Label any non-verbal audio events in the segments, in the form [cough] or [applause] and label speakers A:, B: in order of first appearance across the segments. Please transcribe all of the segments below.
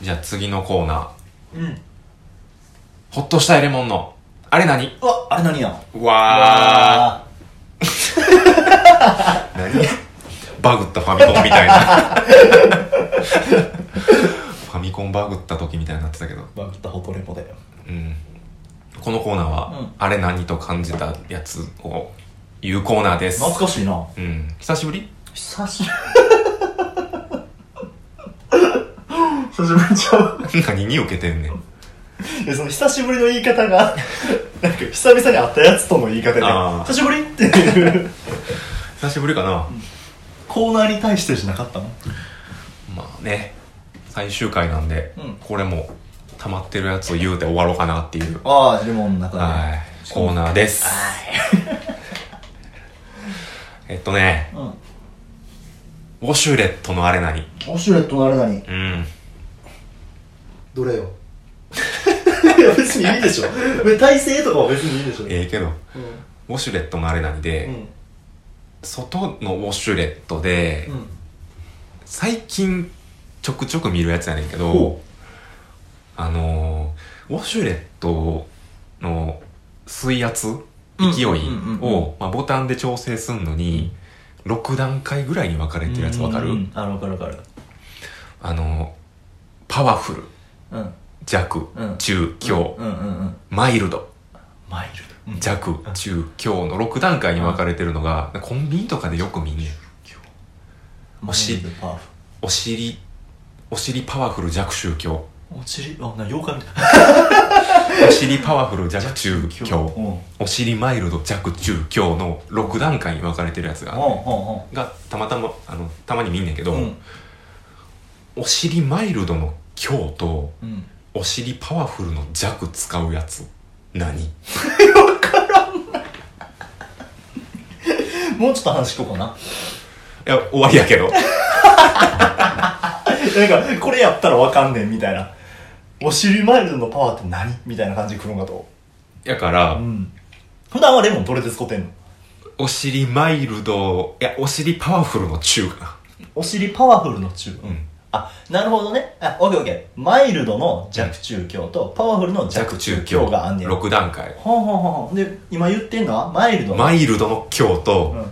A: じゃあ次のコーナー。
B: うん
A: ほっとしたいレモンの、あれ何
B: うわあれ何やの
A: わ
B: あ
A: ー。何バグったファミコンみたいな。ファミコンバグった時みたいになってたけど。
B: バグったホトレモだよ
A: うん。このコーナーは、
B: うん
A: あれ何と感じたやつを言うコーナーです。
B: 懐かしいな
A: うん。久しぶり [laughs]
B: 久しぶり久しぶりちゃ [laughs] う
A: 何に受けてんねん。
B: いやその久しぶりの言い方がなんか久々に会ったやつとの言い方で
A: あー
B: 久しぶりって [laughs] いう
A: 久しぶりかな。
B: コーナーに対してじゃなかったの
A: まあね、最終回なんで、
B: うん
A: これも溜まってるやつを言うて終わろうかなっていう、
B: ああレモンの中で
A: はい、コーナーです。 [laughs] えっとね、
B: うん
A: ウォシュレットのあれなに。
B: ウォシュレットのあれ何
A: うん。
B: どれよいや別にいいでしょ体勢とかは別にいいでしょ
A: ええけど、
B: う
A: ウォシュレットのあれなにで、
B: んうん
A: 外のウォシュレットで、
B: うん
A: 最近ちょくちょく見るやつやねんけど
B: ほ、
A: あのー、ウォシュレットの水圧、
B: うん
A: 勢い
B: うんうん
A: を、まあ、ボタンで調整すんのに、6段階ぐらいに分かれてるやつ分か
B: う
A: る
B: んあ分かる分かる
A: あのー、パワフル、
B: うん
A: 弱
B: う、ん
A: 中、強、
B: うんうんうん
A: マイルド、
B: マイルドうん
A: 弱、中、強の6段階に分かれてるのが、コンビニとかでよく見んねん。
B: マイルドパーフ
A: お尻、お尻パワフル、弱、中、強。
B: お尻あな妖怪みたい [laughs]
A: お尻パワフル弱中強
B: うんうんうん
A: お尻マイルド弱中強の6段階に分かれてるやつが
B: う
A: がたまたまあのたまに見んねんけど、
B: んうん
A: お尻マイルドの強と
B: うん
A: お尻パワフルの弱使うやつ何
B: もうちょっと話聞こうかない
A: や
B: [laughs]
A: 終わりやけど
B: なんかこれやったらわかんねんみたいなお尻マイルドのパワーって何みたいな感じで来るんかと
A: やから、
B: うん普段はレモンどれで使ってんの
A: お尻マイルドいやお尻パワフルの中か
B: お尻パワフルの中、
A: なうん
B: あなるほどねあオッケーオッケーマイルドの弱中強とパワフルの弱
A: 弱
B: 中
A: 中
B: 強
A: 強
B: があんねん
A: 6段階
B: ほんほんほんほんで今言ってんのはマイルドの
A: マイルドの強と、
B: うん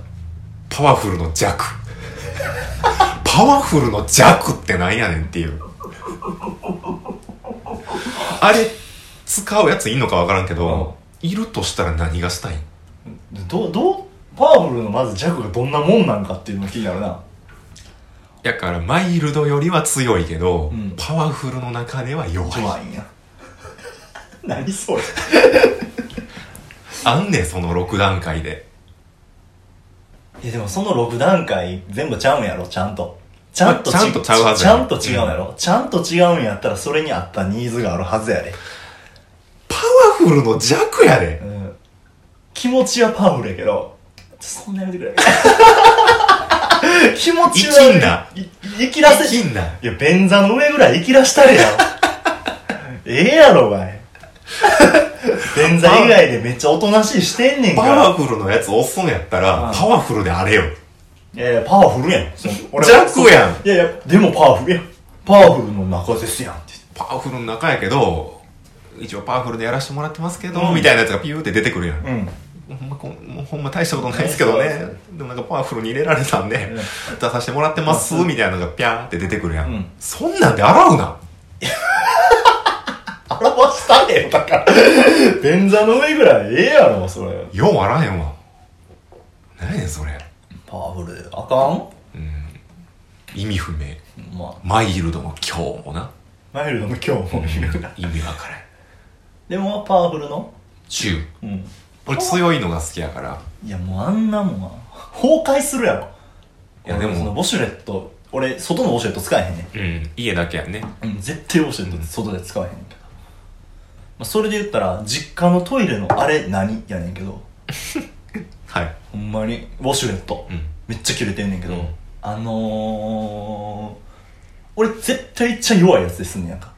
A: パワフルの弱パワフルの弱ってなんやねんっていうあれ使うやついんのかわからんけど、いるとしたら何がしたいん
B: どどうパワフルのまず弱がどんなもんなんかっていうのが気になるな
A: やからマイルドよりは強いけど、
B: うん
A: パワフルの中では弱い
B: 弱いんや何それ
A: あんねんその6段階で
B: いやでもその6段階全部ちゃうんやろちゃんとちゃんとち、
A: まあちゃんとちゃうはず
B: ち
A: や
B: ゃん
A: ろ
B: と違うんやろ、ちゃんと違うんやったらそれに合ったニーズがあるはずやで、
A: パワフルの弱やで
B: うん、気持ちはパワフルやけどそんなやめてくれ [laughs] 気持ち
A: 生
B: は
A: きんない
B: 生きらせ
A: い
B: い
A: いんだ
B: や便座の上ぐらい生きらした
A: [laughs]
B: れやろええやろがい便座以外でめっちゃおとなしいしてんねんか
A: パ
B: ら
A: ワフルのやつ押すんやったら、
B: うん
A: パワフルであれよ
B: いやいや、パワフルやん。その
A: 弱やん
B: いやいや、でもパワフルやん。パワフルの中ですやんって。
A: パワフルの中やけど一応パワフルでやらせてもらってますけど、
B: うん
A: みたいなやつがピューって出てくるやん、
B: うん。
A: ほんまこんもうほんま大したことないですけど
B: ねそう
A: ねでもなんかパワフルに入れられたんで、
B: ん
A: 出させてもらってます、
B: うん
A: みたいなのがピャーって出てくるやん、
B: うん
A: そんなんで洗うな
B: 表したねよ、だから。便座の上ぐらいええやろ、それ。
A: よう洗えんわ何やねんそれ、
B: パワフルで。あか
A: うん、意味不明
B: んま
A: マイルドも今日もな
B: あ、マイルドの今日も。
A: 意味わからん
B: でも、パワフルの
A: 中
B: うん。
A: 俺強いのが好きやから
B: いや、もうあんなもんは、崩壊するやろ。
A: いやでも
B: 俺そのウォシュレット、俺、外のウォシュレット使えへんねん。
A: うん家だけやね
B: うん、絶対ウォシュレットって外で使わへんけど、まあ、それで言ったら実家のトイレのあれ何やねんけど
A: はい
B: ほんまにウォシュレット、
A: うん
B: めっちゃ切れてんねんけど、
A: うん
B: あのー、俺絶対いっちゃ弱いやつですんねやんか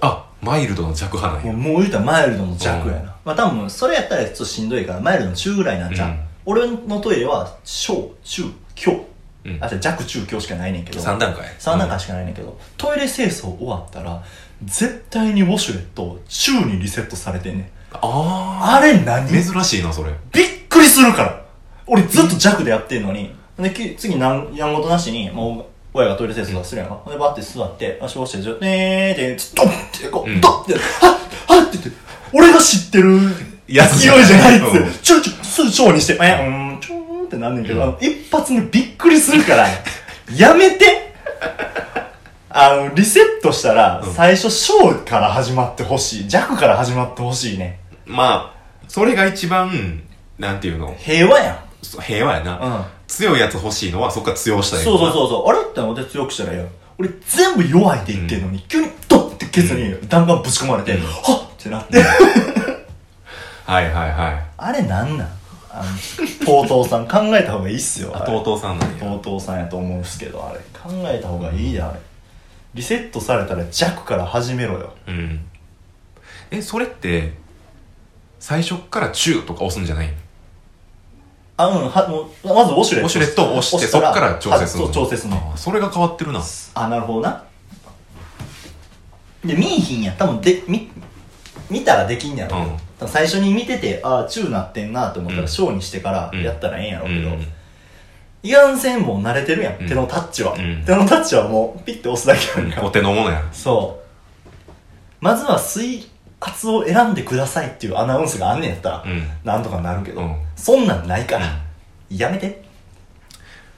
A: あマイルドの弱派なん
B: もう
A: や
B: もう言うたらマイルドの弱や
A: う
B: な、
A: ん
B: まあ多分それやったらちょっとしんどいからマイルドの中ぐらいになっちゃう、
A: うん
B: 俺のトイレは小中強
A: うん
B: あじゃあ弱中強しかないねんけど
A: 3段階
B: 3段階しかないねんけど、トイレ清掃終わったら絶対にウォシュレット週にリセットされてんねん
A: あ
B: あれ何
A: あ珍しいなそれ
B: びっくりするから俺ずっと弱でやってんのに。で、き次なん、やんごとなしに、もう、親がトイレ清掃とかするやんか。で、バーって座って、足をして、じゃ、ねーって、つドンって、こ
A: うん
B: う、ドンって、はっ、はっって言って、俺が知ってる
A: やつ
B: 勢
A: じゃない
B: いじゃないっつって
A: うん
B: ちょいちょい、すぐショーにして、え、うーん、ちょーんってなんねんけど、あの一発目びっくりする
A: [laughs]
B: から、やめてあの、リセットしたら、最初、ショーから始まってほしい。弱から始まってほしいね。
A: まあそれが一番なんていうの
B: 平和や
A: そ平和やな、
B: ん。うん。
A: 強いやつ欲しいのはそっから強したい
B: そうそうそうそう。あれって思って強くしたらいいよ。俺全部弱いで言ってんのに、急にドッってケツに弾丸ぶち込まれて、
A: うん
B: はっって
A: [laughs]
B: なって。
A: はいはいはい
B: あれなんなんあの、とうとうさん考えた方がいいっすよ。
A: あ
B: あれ
A: とうとうさんなんや
B: とうとうさんやと思うんすけど、あれ。考えた方がいいで、あれ。リセットされたら弱から始めろよ。
A: うんえそれって最初っから中とか押すんじゃない
B: あ、うん、は、もうまずウォシュレッ
A: ウォ
B: ト。
A: シュレットを押してそ
B: した
A: っから調整する
B: は
A: の
B: そう調整するの。
A: あそれが変わってるな
B: あ、なるほどな。で、見えひんやん。多分で、み、見たらできんやろ。
A: うん
B: 多分最初に見てて、ああ、チューなってんなと思った
A: うん
B: ら、ショーにしてからやったらええんやろうけど、
A: うん
B: いかんせんもう慣れてるやん。
A: うん
B: 手のタッチは、
A: うん
B: 手のタッチはもう、ピッて押すだけやん
A: お
B: か。
A: 手のものや
B: そう。まずは水圧を選んでくださいっていうアナウンスがあんねんやったら、
A: うん
B: なんとかなるけど、
A: うん
B: そんなんないから、やめて。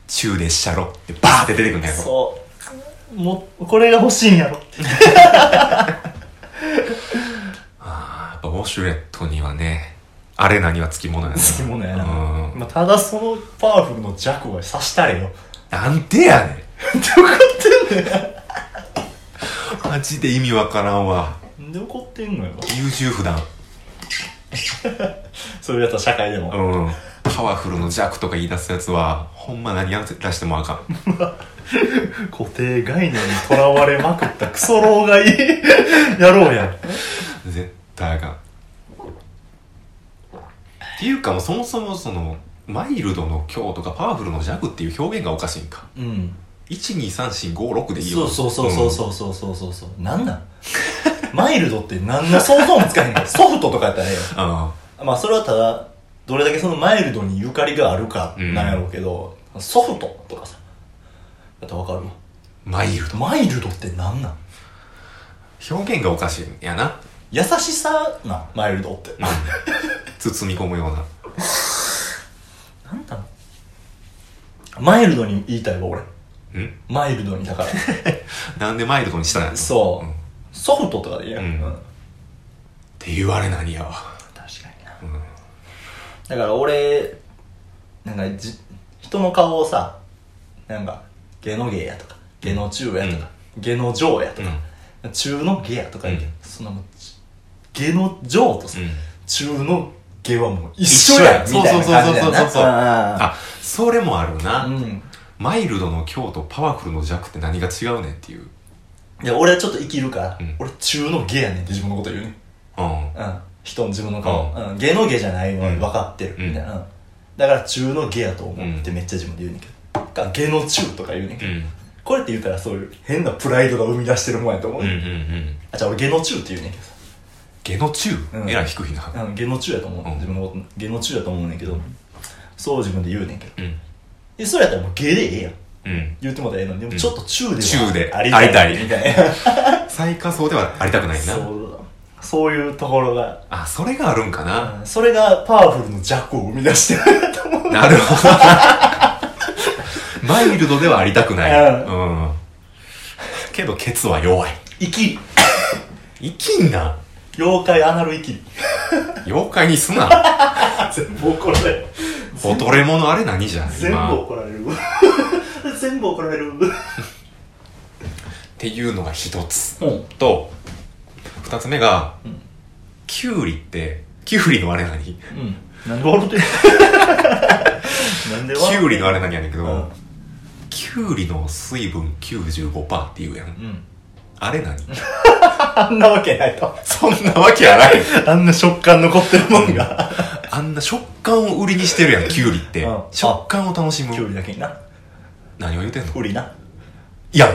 A: 中でっしゃろってバーって出てくるんやろ
B: そう。もう、これが欲しいんやろ。 [laughs]
A: あーやっぱウォシュレットにはねあれなにはつきものやな
B: 好きものやな、
A: うん
B: まあ、ただそのパワフルの弱は刺したれよ
A: なんでやねん
B: どこってんのよ
A: マジで意味わからんわ
B: なんで怒ってんのよ
A: 優柔不断
B: そういうやつは社会でも、
A: うんパワフルの弱とか言い出すやつはほんま何やらしてもあかん
B: 固定概念にとらわれまくったクソ老 [laughs] 害やろうや
A: 絶対あかんっていうかもうそもそもそのマイルドの強とかパワフルの弱っていう表現がおかしいんか
B: うん
A: 123456でいい
B: そ
A: よ
B: うそうそうそうそうそうそうそうそうなんなんマイルドって何の想像もつかへん [laughs] からソフトとかやったらええよ
A: うん、あ
B: まあそれはただどれだけそのマイルドにゆかりがあるかなんやろうけど、ソフトとかさだってわかるわ
A: ーマイルド
B: マイルドって何なん
A: 表現がおかしいんやな
B: 優しさなマイルドって
A: 包み込むような
B: なんだろうマイルドに言いたいわ俺
A: うん
B: マイルドにだから
A: なんでマイルドにしたんやろっ
B: そう、
A: うん
B: ソフトとかでいいやん、
A: うん
B: 確か
A: て言われ何やわ
B: にな
A: うん
B: だから俺なんかじ人の顔をさなんかゲノゲやとかゲノ中やとか、ゲノ上やとか、中のゲやとか言うけど、
A: うん
B: そんなもんゲノ上とさ、
A: うん
B: 中のゲはもう一緒やん
A: 一緒や
B: みたいな感じだ
A: そうそ
B: よな
A: うそうそうそう
B: あ
A: あそれもあるな、
B: ーうん
A: マイルドの強とパワフルの弱って何が違うねんっていう
B: いや、俺はちょっと生きるから、
A: うん
B: 俺中の芸やねんって自分のこと言うね。
A: うん
B: うん。人の自分の顔。
A: う
B: うん。芸の芸じゃないの
A: うん
B: 分かってる。
A: うん
B: みたいな。うんだから中の芸やと思
A: うん
B: うってめっちゃ自分で言うねんけど。か芸の中とか言うねんけ
A: う
B: ど。
A: ん
B: これって言ったらそういう変なプライドが生み出してるもんやと思う。
A: うんうんうん
B: あ、じゃあ俺芸の中って言うねんけどさ。
A: 下の中、
B: うん
A: えらい低いな
B: うん。芸の中やと思う。
A: うん
B: 自分のこと、芸の中やと思うねんけど。そう自分で言うねんけど。
A: うん
B: で、それやったらもう芸でええやん。
A: うん
B: 言うてもらええのに。でもちょっと中では
A: 中で
B: ありたい。
A: ありたい
B: みたいな。
A: 最下層ではありたくないな
B: そう。そういうところが
A: あそれがあるんかな、
B: それがパワフルの弱を生み出してると思う。
A: なるほどマイルドではありたくない、
B: う
A: うん、けどケツは弱い
B: 生きり。
A: 生きんな
B: 妖怪アナル生きり。
A: 妖怪にすな
B: 全部怒られる。
A: ボトレモのあれ何じゃん
B: 全
A: 今
B: 部怒られる。 [laughs] 全部怒られる。
A: っていうのが一つ
B: うん。
A: と二つ目が、
B: うん
A: キュウリってキュウリのあれ何キ
B: うん。なんで笑ってんのなんで笑ってん
A: ュウリのあれ何やねんけど、
B: うん
A: キュウリの水分95%って言うやん
B: うん。
A: あれ何
B: あんなわけないと。
A: そんなわけあらへん
B: あんな食感残ってるもんが。
A: あんな食感を売りにしてるやんキュウリって
B: うん
A: 食感を楽しむ
B: キュウリだけにな。
A: 何を言うてんの
B: 不利な。
A: いやん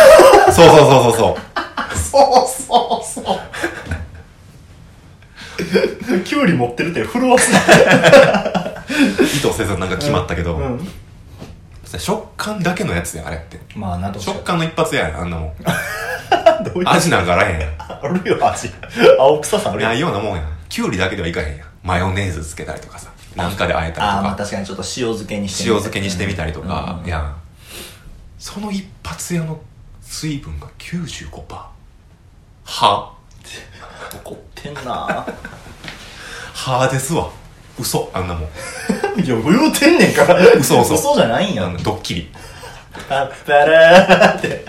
A: [laughs] そうそうそうそうそう
B: そうそうそう。キュウリ持ってるって震わすな。
A: 意図せずなんか決まったけど、
B: うん。
A: 食感だけのやつやあれって
B: まあ、なんとか
A: 食感の一発やんあんなもん
B: どういう
A: 味なんかあらへんやん
B: あるよ、味。青臭さあるよ
A: な。いようなもんやんきゅうりだけではいかへんやんマヨネーズつけたりとかさなんかであえたりと
B: ああ、ま
A: か
B: あ確かにちょっと塩漬けにして
A: 塩漬けにしてみたりとか、やんその一発屋の水分が95%は
B: うん怒ってんな
A: はですわ嘘あんなもん
B: いや、言うてんねんから。
A: 嘘嘘
B: 嘘じゃないん
A: あ
B: や
A: ん。なドッキリ
B: あったらーって。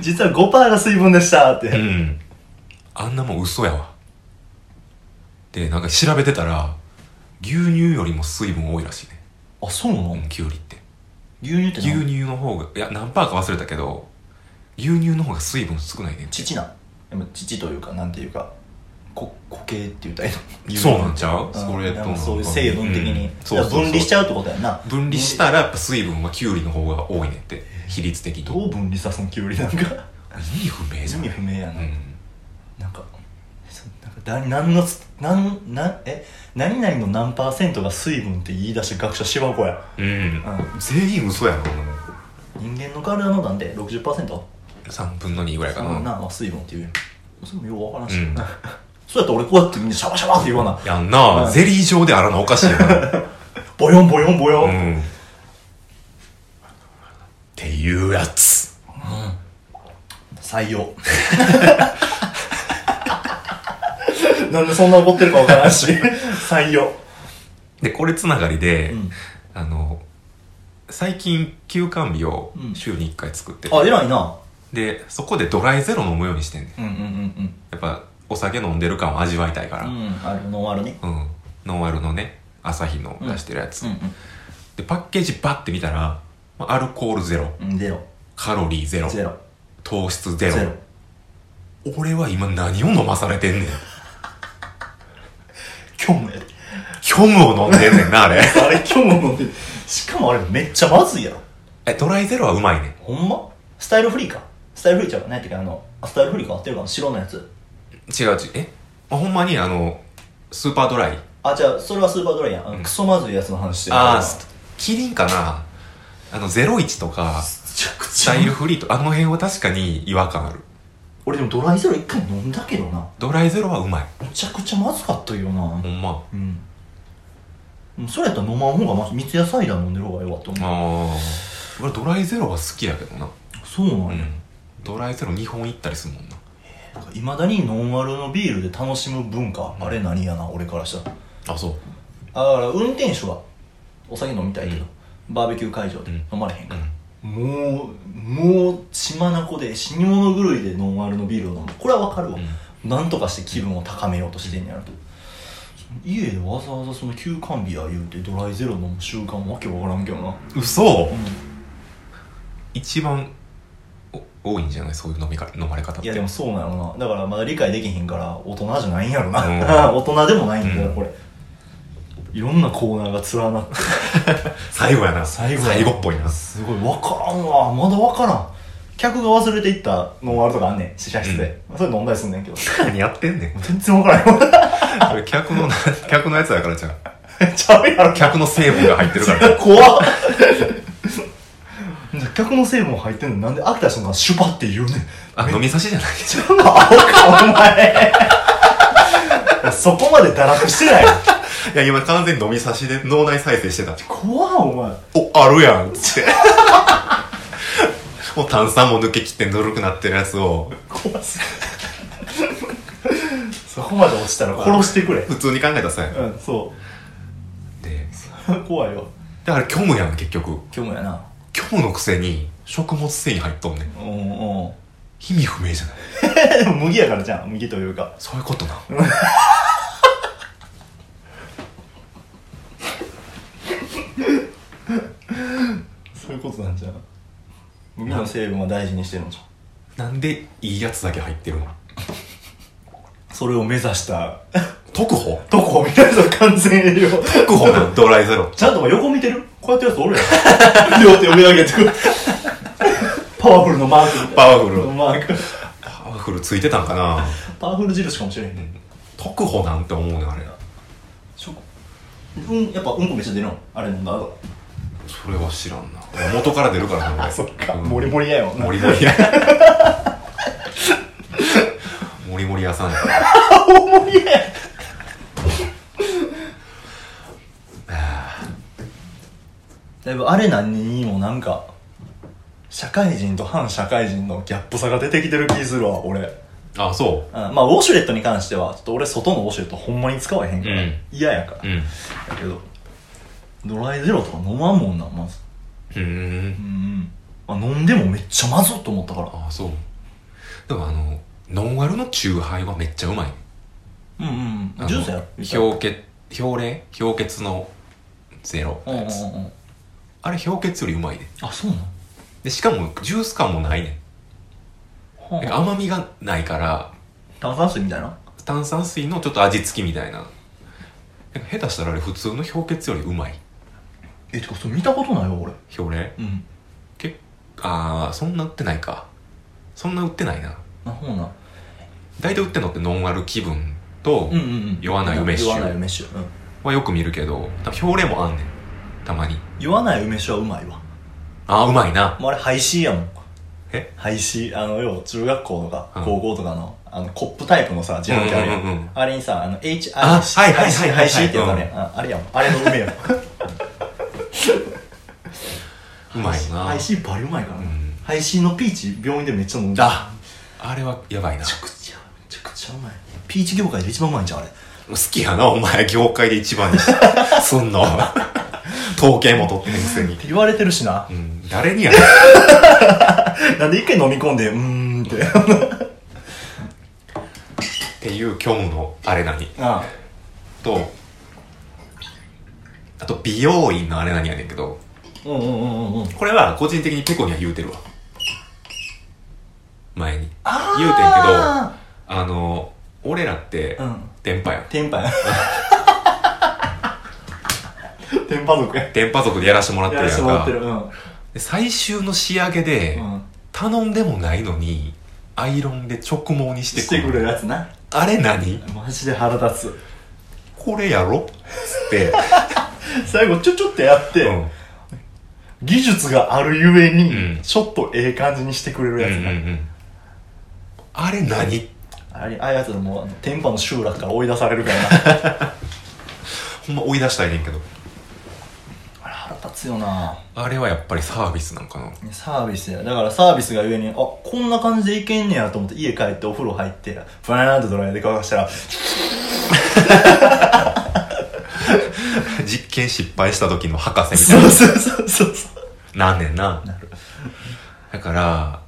B: 実は5%が水分でしたーって。
A: うんあんなもん嘘やわでなんか調べてたら牛乳よりも水分多いらしいね
B: あ、そうなの
A: うんきゅうりって
B: 牛乳って
A: 牛
B: 何
A: 乳の方がいや何パーか忘れたけど牛乳の方が水分少ないねんて
B: 乳なんでも乳というかなんていうかこ固形って言ったらいいの
A: そうなんちゃう
B: うん
A: それと
B: な
A: なんん
B: か
A: か
B: そういう成分的に、
A: うん
B: だから分離しちゃうってことやんな
A: 分離したらやっぱ水分はキュウリの方が多いねって比率的に
B: どう分離さそのきゅうりなんか
A: 意味不明
B: 意
A: じゃん
B: 味不明や
A: う
B: な、
A: ん
B: なんかそなんかだ何のつなんなんえ何々の何パーセントが水分って言い出して学者芝子や
A: うん
B: う
A: 全員嘘やろ
B: 人間の体のなんで 60%?
A: 3分の2ぐらい
B: そ
A: か
B: ん
A: な
B: な、まあ、水分って言うやんそれもようわからんし、
A: うん
B: [laughs] そうやったら俺こうやってみんなシャバシャバって言わな
A: やんな
B: うん
A: ゼリー状で洗うのおかしいよな
B: ボヨンボヨンボヨ
A: う
B: ン、
A: んっていうやつ
B: 採用 [laughs] なんでそんな怒ってるかわからんし採用
A: でこれつながりで
B: うん
A: あの最近休館日を週に1回作ってて
B: あ偉いな
A: でそこでドライゼロ飲むようにしてんねん
B: うんうん
A: やっぱお酒飲んでる感を味わいたいか
B: う
A: ら
B: んうんあるのあるね
A: うんノンアルのね朝日の出してるやつ、
B: う
A: でパッケージバッて見たらまあアルコールゼロ
B: んうんゼロ
A: カロリーゼロ
B: ゼロ
A: 糖質ゼロ
B: ゼロ
A: 俺は今何を飲まされてん [laughs] ねん
B: 今日もやで
A: 虚無を飲んでんねんなあれ
B: あれ今日も飲んでるしかもあれめっちゃまずいやろ
A: えドライゼロはうまいね
B: ほんまスタイルフリーかスタイルフリーちゃうか何やったっけあのあスタイルフリーか合ってるかな白のやつ
A: 違う違うえあほんまにあのスーパードライ
B: あじゃあそれはスーパードライやんあのクソまずいやつの話してる
A: ああキリンかなあの01とか
B: めちゃく
A: ス
B: ちゃ
A: タイルフリーとあの辺は確かに違和感ある
B: 俺でもドライゼロ一回飲んだけどな
A: ドライゼロはうまい
B: めちゃくちゃまずかったよな
A: ほんま
B: うんうんそれやったら飲まん方がま三ツ矢サイダー飲んでる方がええわと思う
A: ああ俺ドライゼロは好きやけどな
B: そうなんや、
A: ドライゼロ2本いったりするもんない
B: まだにノンアルのビールで楽しむ文化、あれ何やな俺からしたら
A: あそう
B: あだから運転手はお酒飲みたいけど、バーベキュー会場で
A: うん
B: 飲まれへんから、もうもう血眼で死に物狂いでノンアルのビールを飲むこれはわかるわ、なんとかして気分を高めようとしてんやろと、家でわざわざその休館日や言うてドライゼロ飲む習慣わけわからんけどな
A: 嘘
B: うん
A: 一番お多いんじゃないそういう飲みか飲まれ方っ
B: い
A: て
B: やでもそうなのなだからまだ理解できひんから大人じゃないんやろな、
A: うん
B: [laughs] 大人でもないんだよ、
A: うん
B: これいろんなコーナーが連なって
A: 最後やな
B: 最後やな
A: 最後っぽいな
B: すごい分からんわまだ分からん客が忘れていったノンアルとかあんねん試写室で、それ飲んだりすんねんけど
A: 何やってんねん
B: 全然分からんよ
A: それ客の [laughs] 客のやつだからじゃん
B: ちゃうやろ
A: 客の成分が入ってるから
B: 怖っ客の成分入ってんのになんで秋田さんがシュパって言うねん
A: [laughs] あ飲み差しじゃない
B: ちょっと青かお前そこまで堕落してない
A: [laughs] いや今完全に飲み差しで脳内再生してた
B: 怖っお前
A: おあるやんっつって [laughs] もう炭酸も抜けきってぬるくなってるやつを
B: 怖すぎるそこまで落ちたら殺してくれ
A: 普通に考えたらさやん
B: うんそ
A: で
B: う怖いわ
A: だから虚無やん結局
B: 今日もやな
A: 虚無のくせに食物繊維入っとんねん
B: うんうん
A: 意味不明じゃない
B: で [laughs] も麦やからじゃん麦というか
A: そういうことな
B: そういうことなんじゃん麦の成分は大事にしてるのじゃん
A: なんでいいやつだけ入ってるの
B: それを目指した
A: 特保
B: どこ見たやつ完全栄養。
A: 特保なんドライゼロ
B: ちゃんとお前横見てるこうやってるやつおるやん。両手上上げてくる。パワフルのマークみたいな。
A: パワフル
B: マーク。
A: パワフルついてたんかな
B: パワフル印かもしれへんね。
A: 特保なんて思うねあれ
B: しょうん、やっぱうんこめっちゃ出るのあれ飲んだ後。
A: それは知らんな元から出るからな俺うん
B: モリモリやよ。
A: モリモ [laughs] リ屋モリモリ屋さん
B: モリやだいぶあれ何にもなんか、社会人と反社会人のギャップ差が出てきてる気するわ、俺。
A: あそ
B: あまあ、ウォシュレットに関しては、ちょっと俺、外のウォシュレットほんまに使わへんから
A: うん、
B: 嫌、やから。
A: ううん
B: だけど、ドライゼロとか飲まんもんな、まず。
A: うーん
B: うん、うん。あ、飲んでもめっちゃまずっと思ったから。
A: あそうでもあのノンアルのチューハイはめっちゃうまい
B: うんうん
A: あ
B: うん。
A: の
B: ジュースやろ
A: 氷結氷冷氷結のゼロ
B: うんうんうん。
A: あれ氷結よりうまいね
B: あ、そうな
A: でしかもジュース感もないね
B: の
A: ん
B: はあ
A: 甘みがないから
B: 炭酸水みたいな
A: 炭酸水のちょっと味付きみたいななんか下手したらあれ普通の氷結よりうまい
B: え、てか、それ見たことないわ、俺。
A: 氷冷
B: うん。
A: けああそんな売ってないかそんな売ってないな
B: あ、ほうな。
A: 大体売ってんのってノンアル気分と
B: うんうんうん。
A: 酔わない梅酒
B: 酔わない梅酒。うん。
A: はよく見るけど多分氷冷もあんねんたまに
B: 酔わない梅酒はうまいわ。
A: ああうまいな
B: もうあれ、廃止やもん。
A: え
B: 廃止。あの、要は、中学校とか
A: うん、
B: 高校とかの、あの、コップタイプのさ、自販機あるや
A: うんうんうんうん
B: ん。あれにさ、あの、HI、
A: あはいはいはいはいはい
B: 廃止ってやつあるやん。ああれやもん。あれの梅やもん。
A: うまいよな。
B: 廃止バリうまいからなん廃止のピーチ、病院でめっちゃ飲んでる。
A: ああれはやばいな
B: めちゃくちゃ、めちゃくちゃうまい。ピーチ業界で一番うまいんちゃうあれ。
A: 好きやなお前業界で一番
B: [laughs]
A: にしすんの統計も取ってへんくせに
B: って言われてるしな
A: う。ん誰にや
B: なんで一回飲み込んで、うーんって。
A: っていう虚無のあれなに
B: あ
A: とあと美容院のあれなにやねんけど
B: あうんうんうんうんうん。
A: これは個人的にペコには言うてるわ前に
B: あー
A: 言うてんけどあの俺らって
B: うん
A: 電波やん
B: 天
A: [laughs]
B: パや。天パ族や。
A: 電波族でやらしてもらって
B: や
A: る
B: ら
A: や
B: せて
A: ん
B: もらってる。
A: か
B: うん。うん。
A: で最終の仕上げで頼んでもないのにアイロンで直毛にして
B: してくるやつな。
A: あれ何
B: [laughs] マジで腹立
A: これやろつ
B: [laughs]
A: って、
B: つ。最後、ちょちょってやって、
A: うん、
B: 技術があるゆえに、
A: うん
B: ちょっとええ感じにしてくれるやつな。
A: あれ何
B: あれ、ああいうやつでもう、あの天パの集落から追い出される [laughs] からな。
A: ほんま追い出したいねんけど
B: あれ腹立つよな
A: あれはやっぱりサービスなんかな
B: サービスや。だからサービスがゆえに、あ、こんな感じでいけんねやと思って家帰ってお風呂入って、ふらーンとドライヤーで乾かしたら、 [laughs]
A: 実験失敗した時の博士みたい
B: そうそうそうそうそう。
A: ななんねんなだから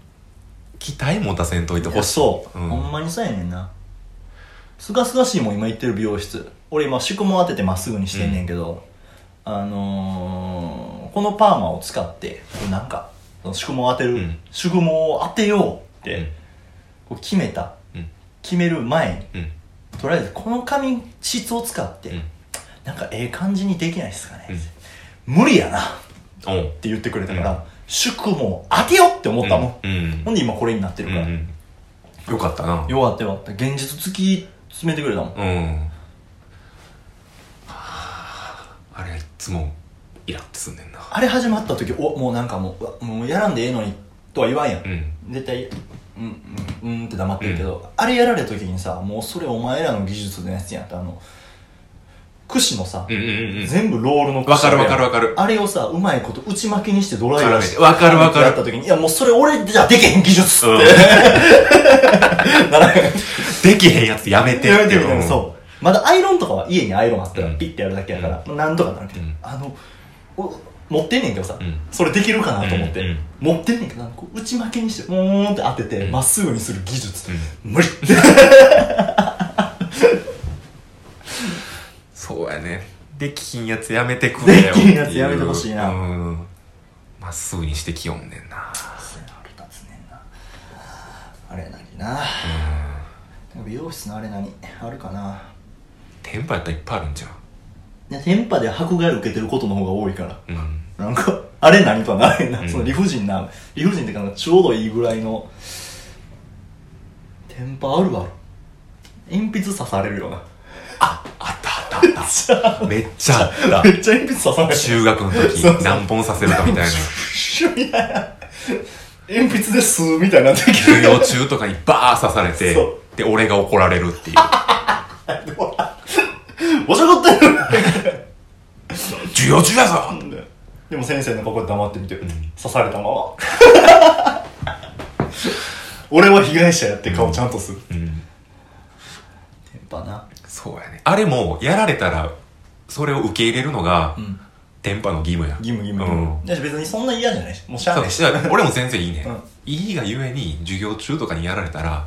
A: 期待持たせんといてほしい
B: そう、
A: ん
B: ほんまにそうやねんなすがすがしいもん今行ってる美容室俺今宿毛当ててまっすぐにしてんねんけど、あのー、このパーマを使ってこうなんかその宿毛当てる、
A: うん
B: 宿毛を当てよう
A: う
B: っ
A: ん
B: てこう決めた
A: うん
B: 決める前に
A: うん
B: とりあえずこの髪質を使って、
A: うん
B: なんかええ感じにできないっすかね、
A: うん
B: 無理やなっ
A: おう
B: て言ってくれたから、
A: うん
B: 宿毛当てようって思ったもん、
A: うんうん
B: ほんで今これになってる
A: う
B: か
A: ん
B: ら、
A: うんよかったな
B: よかったよかった現実突き詰めてくれたもん
A: うんあれはいっつもイラッとすんねんな
B: あれ始まった時おもうなんかもううわもうやらんでええのにとは言わんやん、
A: うん
B: 絶対うんうんうんって黙ってるけど、あれやられた時にさもうそれお前らの技術のやつやんってあの櫛のさ、
A: うんうんうんうん
B: 全部ロールの
A: わかる
B: あ
A: わ
B: や
A: か
B: ん
A: るわかる
B: あれをさうまいこと内巻きにしてドライヤーして
A: わかるわかる
B: やった時にいやもうそれ俺じゃできへん技術って、 [laughs] ならへん
A: できへんやつやめて
B: やめてみたい
A: うん
B: なそうまだアイロンとかは家にアイロンあった
A: う
B: ら
A: ん
B: ピッてやるだけやから、なんとかなるけど、
A: うん
B: あのお持ってんねんけどさ、
A: うん
B: それできるかなと思って、
A: うんうん
B: 持ってんねんけどなんかこう内負けにしてうーんって当てて
A: うん
B: ま、っすぐにする技術、
A: う
B: 無理
A: そうやねできひんやつやめてく
B: できひんやつやめてほしいな
A: うんまっすぐにしてきよんねんな
B: 腹立つねんなあれなにななんか美容室のあれなにあるかな
A: テンパやったらいっぱいあるんじゃん
B: いや天パで迫害受けてることの方が多いから
A: うん
B: なんかあれ何とはな [laughs] れんな、
A: うん
B: その理不尽な理不尽っていうかなんかちょうどいいぐらいの天パあるわ鉛筆刺されるよな
A: ああったあったあっためっちゃあっ
B: めっちゃ鉛筆刺される
A: た中学の時
B: そうそう
A: 何本させるかみたいな
B: シュみたいな鉛筆で吸うみたいになってき
A: 授業中とかにバー刺されて
B: そ
A: で俺が怒られるっていう
B: てほらおしゃこって
A: 授業中やぞ
B: るでも先生のここで黙ってみて、刺されたまま俺は被害者やって顔ちゃんとする、
A: うん
B: 天パな
A: そうやねあれもやられたらそれを受け入れるのが、
B: ん
A: 電波の義務や
B: 義務義務、
A: うん
B: だし別にそんな嫌じゃないしもうしゃあ
A: そ
B: な
A: う
B: いし
A: いや俺も全然いいね、
B: うん
A: いいがゆえに授業中とかにやられたら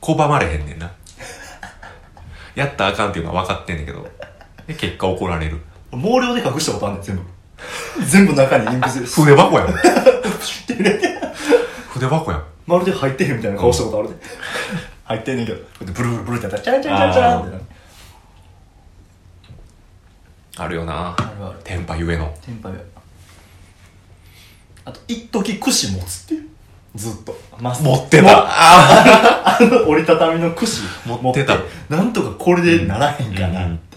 A: 拒まれへんねんなやったらあかんっていうのは分かってんねんけどで結果怒ら
B: [laughs]
A: れる
B: 毛量で隠したことあんねん全部全部中に鉛筆
A: [laughs]
B: でシュ
A: 筆箱やん
B: ッて入れて
A: 筆箱やん
B: まるで入ってへんみたいな顔したことあるで入ってんねんけどこうやってブルブルブルってやったらチャンチャンチャンチャンってなる
A: あるよな
B: あるある
A: 電波ゆえの
B: 先輩はあと一時櫛持つっていうずっとマス
A: 持ってた
B: あの [laughs] 折りたたみの櫛
A: 持ってた
B: なんとかこれでならへんかなって、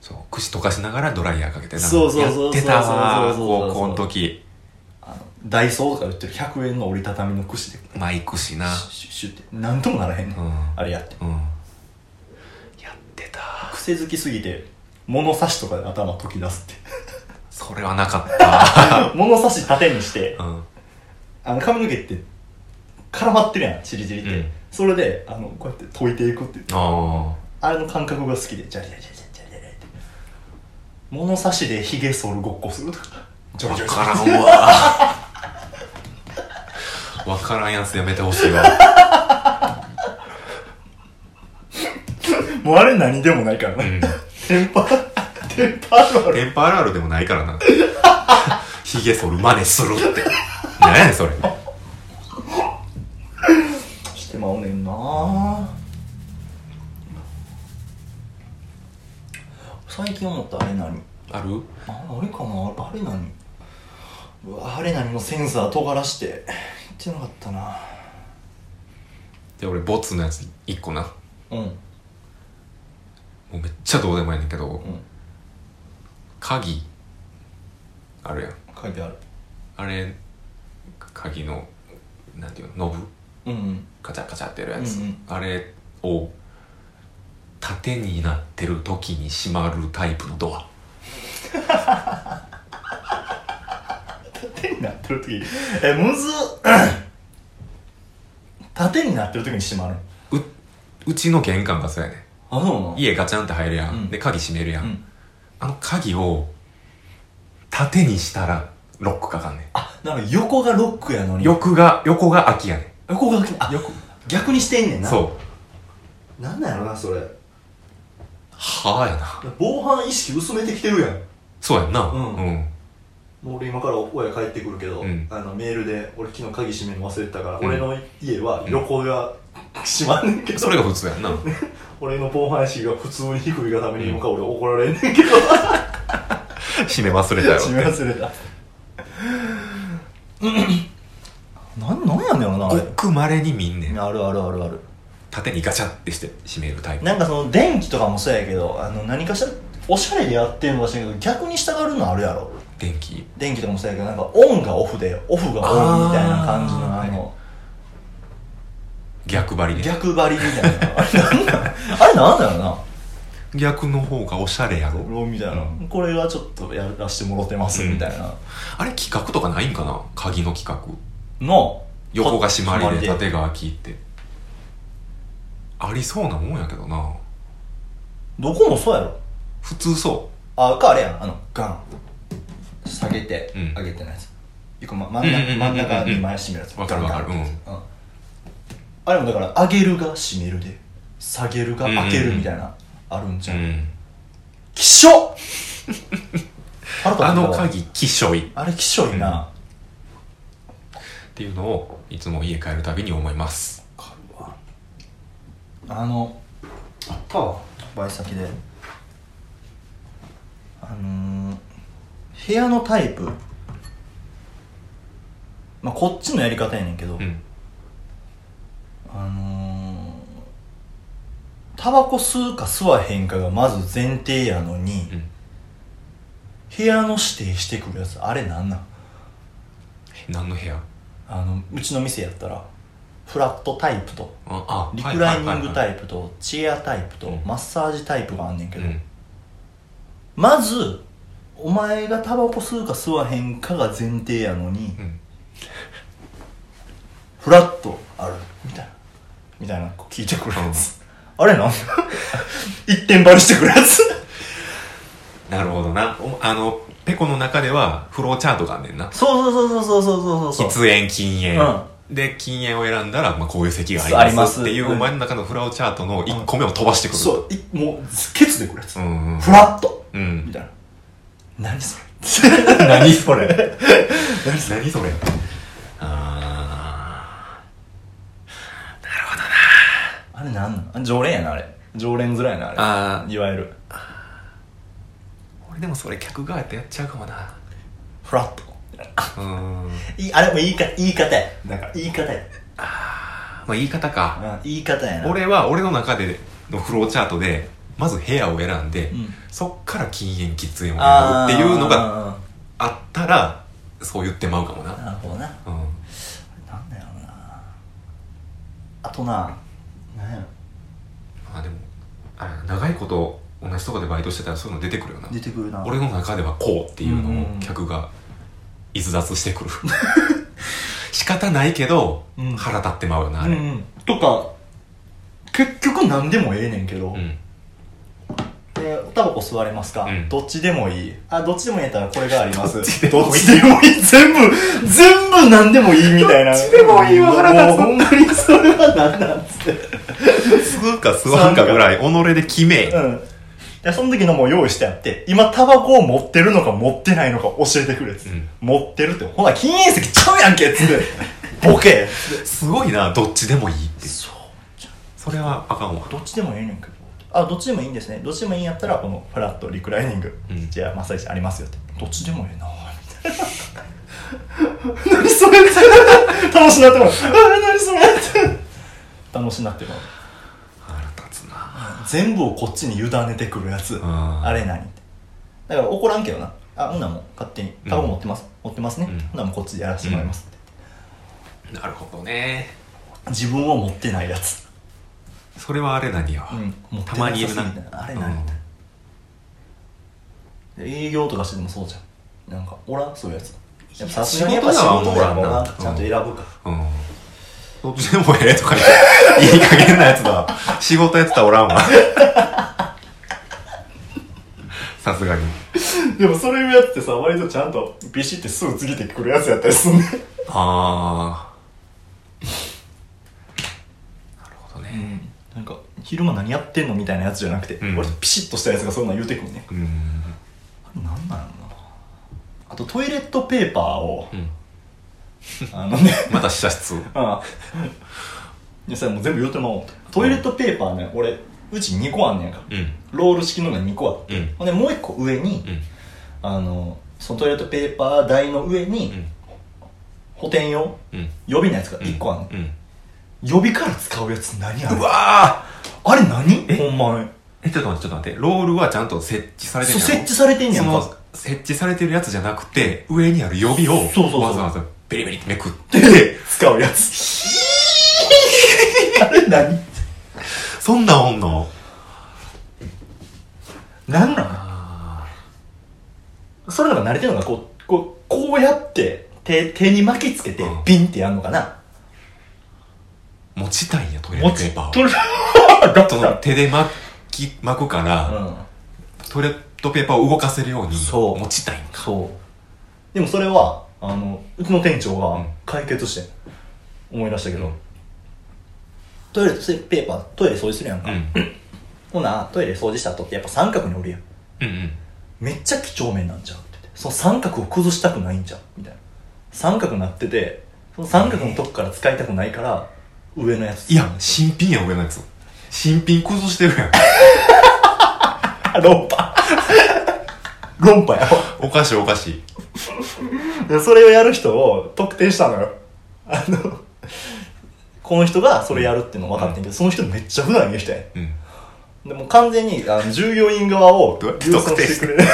A: そう櫛溶かしながらドライヤーかけてな
B: そうそうそうそう
A: やってたわ
B: そうそうそうそう
A: 高校の時
B: あのダイソーとか売ってる100円の折りたたみの櫛で
A: マイクしな
B: シュッシュッシュってなんともならへんね、
A: うん
B: あれやって
A: うんやってた
B: 癖好きすぎて物差しとかで頭溶き出すって
A: それはなかった、
B: [laughs] 物差し縦にして
A: うん、
B: あの髪の毛って絡まってるやんチリチリって、
A: うん
B: それであのこうやって解いていくっていう
A: あ
B: あれの感覚が好きでジャリジャリジャリジャリジャリって物差しでヒゲ剃るごっこするとか [laughs] ジ
A: あ
B: ョリジョ
A: 分
B: リ
A: からん
B: [laughs]
A: わ分からんやつやめてほしいわ、
B: もうあれ何でもないから
A: う
B: ね、
A: ん、
B: テンパ [laughs] テンパあるある
A: テンパあるあるでもないからな [laughs] ヒゲ剃る真似するって何やねんそれ
B: してまうねんなあ最近思ったあれ何
A: ある
B: ああれかなあれ何うわあれ何もセンサー尖らして言ってなかったな
A: で俺ボツのやつ1個なも
B: うんうん
A: うめっちゃどうでもいいねんけど、鍵あるやん
B: 書いてある
A: あれ鍵のなんていうのノブ
B: うんうん
A: ガチャガチャってやるやつ、
B: うんうん
A: あれを縦になってる時に閉まるタイプのドア
B: 縦になってる時えむずっ [coughs] 縦になってる時に閉まる
A: ううちの玄関がそうやねん
B: あそうなの
A: 家ガチャンって入るやん、
B: うん
A: で鍵閉めるやん、
B: うん
A: あの鍵を縦にしたらロックかかんね
B: あなんか横がロックやの
A: ん
B: に
A: 横が横が空きやね
B: 横があ
A: ん横
B: 逆にしてんねんな
A: そう
B: なんなんやろなそれ
A: はあやな
B: 防犯意識薄めてきてるやん
A: そうやんな
B: うん
A: うん
B: もう俺今から親帰ってくるけど、
A: うん
B: あのメールで俺昨日鍵閉めるの忘れてたから、
A: うん
B: 俺の家は横が閉まんねんけど、
A: それが普通やん [laughs] な
B: 俺の防犯意識が普通に低いがために
A: うん
B: 今から俺怒られんねんけど
A: 閉め忘れたよ
B: 閉め忘れたなんなんやねんやろなあ
A: ご
B: れ
A: くまれに見んねん
B: あるあるあるある
A: 縦にガチャってして閉めるタイプ
B: なんかその電気とかもそうやけどあの何かしらおしゃれでやってるのかしらんけど逆に従るのあるやろ
A: 電気
B: 電気とかもそうやけどなんかオンがオフでオフがオンみたいな感じの
A: あ
B: あ
A: ー
B: の
A: 逆張りね
B: 逆張りみたいな [laughs] あれなんなんあれなんだろうな
A: 逆の方がおしゃれやろ
B: ローみたいな、これはちょっとやらしてもろてますみたいな、
A: あれ企画とかないんかな鍵の企画
B: の
A: 横が閉ま
B: 閉
A: りで縦が空きってありそうなもんやけどな
B: どこもそうやろ
A: 普通そ
B: あかあれやんあのガン下げて、
A: うん
B: 上げてないやつ一個、ま、真ん中
A: うんうんうんうん
B: 真ん中に前閉めるやつ
A: わかるわかる
B: ガンガンってやつうんあれもだから上げるが閉めるで下げるが開けるみたいな、あるんじ
A: う、
B: ゃ、
A: うんん、
B: きしょ腹立つな
A: あの鍵きしょいっ
B: あれきしょいな、
A: ていうのをいつも家帰るたびに思います
B: わかるわあのあったわバイ先であのー部屋のタイプまあこっちのやり方やねんけど、
A: うん
B: あのータバコ吸うか吸わへんかがまず前提やのに、
A: うん
B: 部屋の指定してくるやつあれなんなん
A: 何の部屋
B: あのうちの店やったらフラットタイプと
A: ああ
B: リクライニングタ
A: イ
B: イプとチェアタイプと
A: うん
B: マッサージタイプがあんねんけ
A: う
B: ど、
A: ん
B: まずお前がタバコ吸うか吸わへんかが前提やのに、
A: うん
B: フラットあるみたいなみたいなこう聞いてくるやつ、あれなん一点張りしてくるやつ
A: なるほどなおあのペコの中ではフローチャートがあんねんな
B: そうそうそうそうそうそうそうそう
A: 喫煙禁煙、で禁煙を選んだら、まあ、こういう席が
B: あ
A: あ
B: り
A: り
B: ま
A: ますすっていううんお前の中のフローチャートの1個目を飛ばしてくる
B: そういもうケツでくるやつ、
A: うんうん
B: フラット
A: うん
B: みたいな何そ [laughs] れ何それ
A: 何それあ
B: あれなんなんあ常連やなあれ常連づらいなあれ
A: あ
B: いわゆる
A: ー俺でもそれ客側やったらやっちゃうかもな
B: フラット
A: うん
B: いあれも言いか言い方やだから言い方や、
A: まあ言い方か
B: うん、言い方やな
A: 俺は俺の中でのフローチャートでまず部屋を選んで、
B: うん
A: そっから禁煙喫煙
B: あ
A: を
B: ー
A: 選ぶっていうのがあったらそう言ってまうかもな、
B: なるほどな
A: うん、
B: なんだよなあとななんやろ
A: まあでもあれ長いこと同じとこでバイトしてたらそういうの出てくるよな
B: 出てくるな
A: 俺の中ではこうっていう
B: うん
A: の
B: うん
A: を客が逸脱して
B: [laughs]
A: くる仕方ないけど、
B: うん
A: 腹立ってまうよなあ
B: うん
A: れ、
B: うんとか結局何でもええねんけど、
A: うん
B: で「タバコ吸われますか、
A: うん
B: どっちでもいい」あ「どっちでもいいやったらこれがあります」
A: どっちでもいい
B: どっちでもいい全部全部何でもいいみたいな
A: どっちでもいいわ腹立つ
B: もうほんまにそれは何なんつって
A: 吸うか吸わんかぐらい己で決め、
B: うんいやその時のもう用意してあって今タバコを持ってるのか持ってないのか教えてくれっつって、
A: うん
B: 持ってるってほな禁煙席ちゃうやんけっつ [laughs] ってボケ
A: すごいなどっちでもいいって
B: そう
A: それはあかんわ
B: どっちでもええねんけどあどっちでもいいんですねどっちでもいいんやったらこのフラットリクライニング、
A: うん
B: じゃあマッサージありますよってどっちでもええなみたいな [laughs] 何それって楽しなってもらうあ何それって楽しなってもらう
A: 腹立つな
B: 全部をこっちに委ねてくるやつ、
A: ん
B: あれ何ってだから怒らんけどなあほんなんもう勝手にタバコ持ってます、持ってますね、
A: うん
B: ほんなんもうこっちでやらせてもらいますって、
A: なるほどね
B: 自分を持ってないやつ、
A: それはあれ何やわ、
B: うん、持って
A: た
B: な
A: ま
B: い
A: にい
B: や
A: る
B: つ
A: な
B: みたいなあれ何、
A: うん
B: 営業とかしててもそうじゃんなんかおらんそういうやつやっぱさすがに
A: い
B: や
A: や
B: っぱ仕
A: 仕
B: 事
A: 事
B: だ
A: だわ
B: から
A: もうおらんな
B: なちゃんと選ぶか
A: うん。どっちでもええとか言って、いい加減なやつだ。仕事やってたらおらんわ。さすがに。
B: [laughs] でもそれやってさ割とちゃんとビシってすぐ次てくるやつやったりすんね
A: あー。なるほど
B: う
A: ね。
B: んなんか昼間何やってんのみたいなやつじゃなくて、
A: うん
B: 割とピシッとしたやつがそんなん言うてくんね
A: うん。
B: あれなんなんやろなあとトイレットペーパーを
A: うん。
B: [laughs] あのね
A: また試写室。
B: ああいやそれもう全部言うてまおうトイレットペーパーね俺うち2個あんねやんか
A: うん。
B: ロール式のが2個あって、
A: うん
B: ほんでもう1個上に、
A: うん。
B: あのそのトイレットペーパー台の上に、
A: うん。
B: 補填用
A: うん。
B: 予備のやつが1個あんねん、
A: うん。
B: 予備から使うやつ何あれ
A: うわ
B: あれ何
A: え
B: ほんまに
A: ーえ、ちょっと待って、ちょっと待って。ロールはちゃんと設置されて
B: そ
A: る
B: う設置されてんねや
A: そ
B: んか
A: の、設置されてるやつじゃなくて、上にある予備を、
B: そうそうそう
A: わざわざベリベリってめくって、
B: で使うや
A: [laughs]
B: つ [laughs] あれ何
A: そんなんおんの
B: 何な
A: あ
B: のそれなんか慣れてるのがこうこうこうやって手手に巻きつけて
A: うん
B: ビンってやんのかな、
A: ー持ちたいんや、トイレ
B: 持
A: ットペ
B: ち
A: ーパーを。
B: 取るだ
A: そ
B: った
A: の
B: ら
A: 手で巻き巻くから、
B: うん
A: トイレットペーパーを動かせるように
B: そう
A: 持ちたいんか
B: そうでもそれはあのうちの店長
A: う
B: が
A: ん
B: 解決して、思い出したけど、
A: うん
B: トイレットペーパートイレ掃除するやん
A: う
B: か、
A: ん
B: ほなトイレ掃除した後ってやっぱ三角に折るやん
A: うんうん
B: めっちゃ几帳面なんちゃうって言ってその三角を崩したくないんちゃうみたいな三角なっててその三角のとこから使いたくないから上のやつ
A: いや新品やん俺のやつ新品崩してるやん
B: 論破。論破や
A: おかしいおかしい
B: でそれをやる人を特定したのよ。あの、この人がそれやるっていうの分かってんけど、その人めっちゃ普段言う人やねん
A: うん
B: でもう完全にあの従業員側を
A: どうやって特定して
B: 優先してくれる。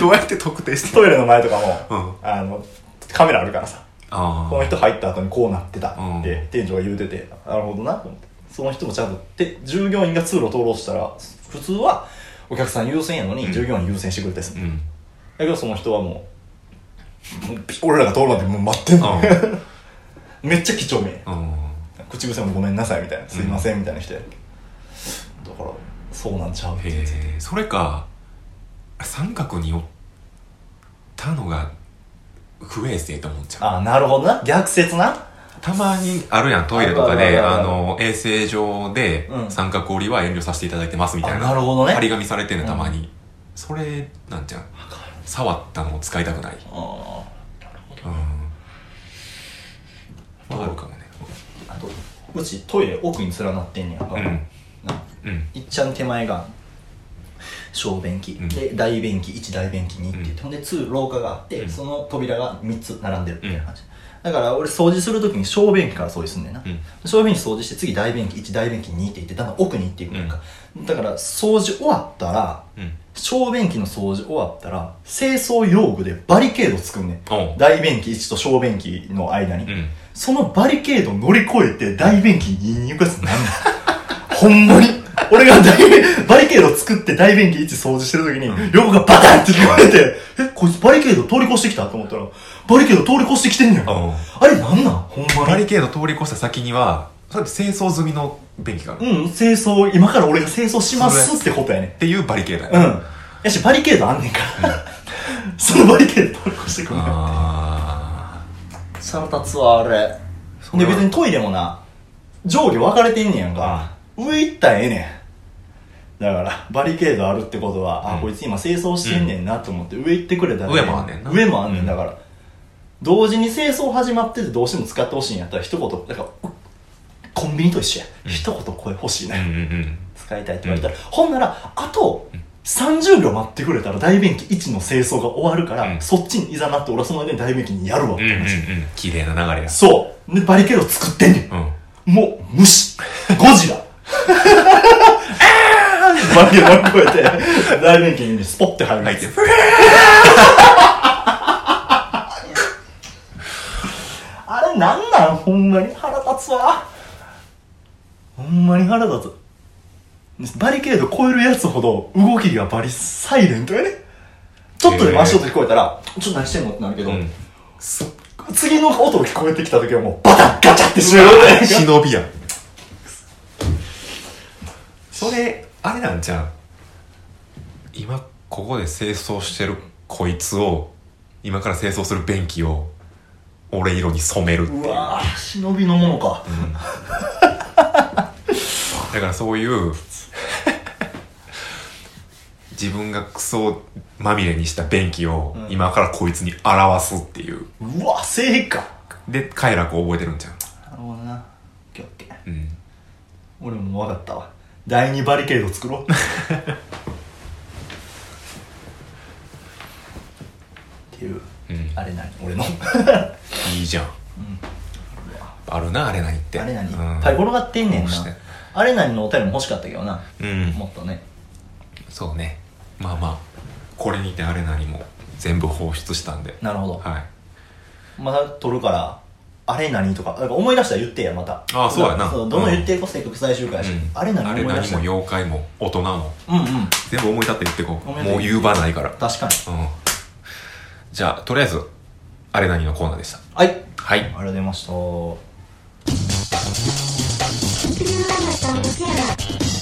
A: どうやって特定して
B: トイレの前とかも、
A: う
B: あの、カメラあるからさ、
A: あ
B: この
A: あ
B: 人入った後にこうなってたって、
A: うん
B: 店長が言うてて、なるほどなと思って。その人もちゃんと、で、従業員が通路を通ろうとしたら、普通はお客さん優先やのに、従業員優先してくれてす、
A: うんうん
B: だけどその人はもう、もう俺らが通るまでもう待ってんの。 [laughs] めっちゃ貴重面。口癖もごめんなさいみたいな、すいませんみたいな人やるだから、そうなんちゃうって言
A: へ
B: って
A: えそれか三角におったのが不衛生と思っちゃう
B: あ、なるほどな。逆説な。
A: たまにあるやんトイレとか
B: あ
A: で
B: るあるあ
A: あ
B: る
A: の衛生上で
B: うん
A: 三角折りは遠慮させていただいてますみたい
B: あ
A: な
B: なるほどね
A: 張り紙されてんのたまにそれなんじゃん触ったのを使いたくない
B: あ
A: うんわかるかもね
B: あとうちトイレ奥に連なってんねやんか、
A: うん
B: な
A: うん
B: いっちゃん手前が小便器、
A: うん
B: で大便器1大便器2って言って、ほんで2廊下があって、
A: うん
B: その扉が3つ並んでるみたいな感じ、だから俺掃除するときに小便器から掃除すんねんな、
A: うん
B: 小便器掃除して次大便器1大便器2って言ってだんだん奥に行っていくやんか、だから掃除終わったら
A: うん
B: 小便器の掃除終わったら清掃用具でバリケード作んねん
A: おう
B: 大便器1と小便器の間に、
A: うん
B: そのバリケードを乗り越えて大便器に行くやつなんだ [laughs] ほんまに。俺が大便バリケード作って大便器位置掃除してる時に、横がバタンって聞こえて、え、こいつバリケード通り越してきたと思ったら、バリケード通り越してきてんねん。
A: おう
B: あれなんなんほんま
A: バ
B: に。
A: リケード通り越した先にはそうやって清掃済みの便器があるっ
B: うん、清掃、今から俺が清掃しますってことやね
A: ていうバリケードや
B: ん。う
A: ね
B: ん。やし、バリケードあんねんから。 [laughs] そのバリケード通り越してくんねん。
A: あ
B: サラタツはあれ
A: それ
B: で
A: は
B: 別にトイレもな上下分かれてんねやんか、上行ったらええねんだからバリケードあるってことは、
A: う
B: あ
A: ん
B: こいつ今清掃してんねんなと思って、上行ってくれたら
A: 上もあんねんな
B: 上もあんねん、
A: うん
B: だから同時に清掃始まっててどうしても使ってほしいんやったら一言だからうコンビニと一緒や、
A: うん
B: 一言声欲しい
A: あう
B: ね、
A: んうん
B: 使いたいって言われたら、ほんならあと30秒待ってくれたら大便器1の清掃が終わるから、
A: うん
B: そっちにいざなって俺はその間に大便器にやるわっ
A: うん
B: て
A: うんうん
B: 話、
A: うん綺麗な流れや
B: そう。で、バリケード作ってんね
A: うん
B: ん。もう、虫。ゴジラ。あー [laughs] バリケード乗り越えて、大便器にスポッて入る
A: 入
B: や
A: っ
B: つ
A: て
B: [laughs] あれなんなんほんまに腹立つわ。ほんまに腹立つ。バリケード超えるやつほど動きがバリサイレントやね。ちょっとでも足音聞こえたら、ちょっと何してんのってなるけど、
A: うん
B: す次の音聞こえてきた時はもうバタンガチャって閉めるね
A: 忍びやんそれあれなんじゃん今ここで清掃してるこいつを今から清掃する便器を俺色に染めるっていう
B: うわぁ、忍びのものか。
A: だからそういう自分がクソまみれにした便器を
B: うん
A: 今からこいつに表すっていう
B: うわ、正解
A: で快楽を覚えてるんじゃん
B: なるほどな。オッケーオッケー。
A: うん
B: 俺も分かったわ。第二バリケード作ろう。っていう、
A: うん
B: あれ何俺の。
A: いいじゃん、あるなあれ何って
B: あれ何い
A: うん
B: っぱい転がってんねん
A: どう
B: な
A: して。
B: あれ何のお便りも欲しかったけどな。
A: うん
B: もっとね。
A: そうねまあまあこれにてあれ何も全部放出したんで
B: なるほど。
A: はい
B: まだ撮るから、あれ何とか、なんか思い出したら言ってや、また。
A: あそうやな
B: どの言ってこそ結局最終回やし
A: うん、
B: あれ何
A: あ
B: 思
A: れ
B: い出
A: 何
B: し
A: も
B: たら。
A: 妖怪も大人も
B: うんうん。
A: 全部思い立って言ってこう
B: ごめんね
A: もう言う場ないから
B: 確かに。
A: うんじゃあとりあえずあれ何のコーナーでした
B: はい。あり
A: はい
B: がとうございました。